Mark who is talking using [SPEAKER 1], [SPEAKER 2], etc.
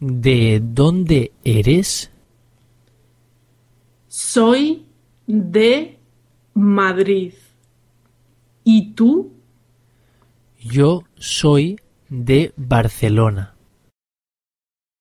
[SPEAKER 1] ¿De dónde eres?
[SPEAKER 2] Soy de Madrid. ¿Y tú?
[SPEAKER 1] Yo soy de Barcelona.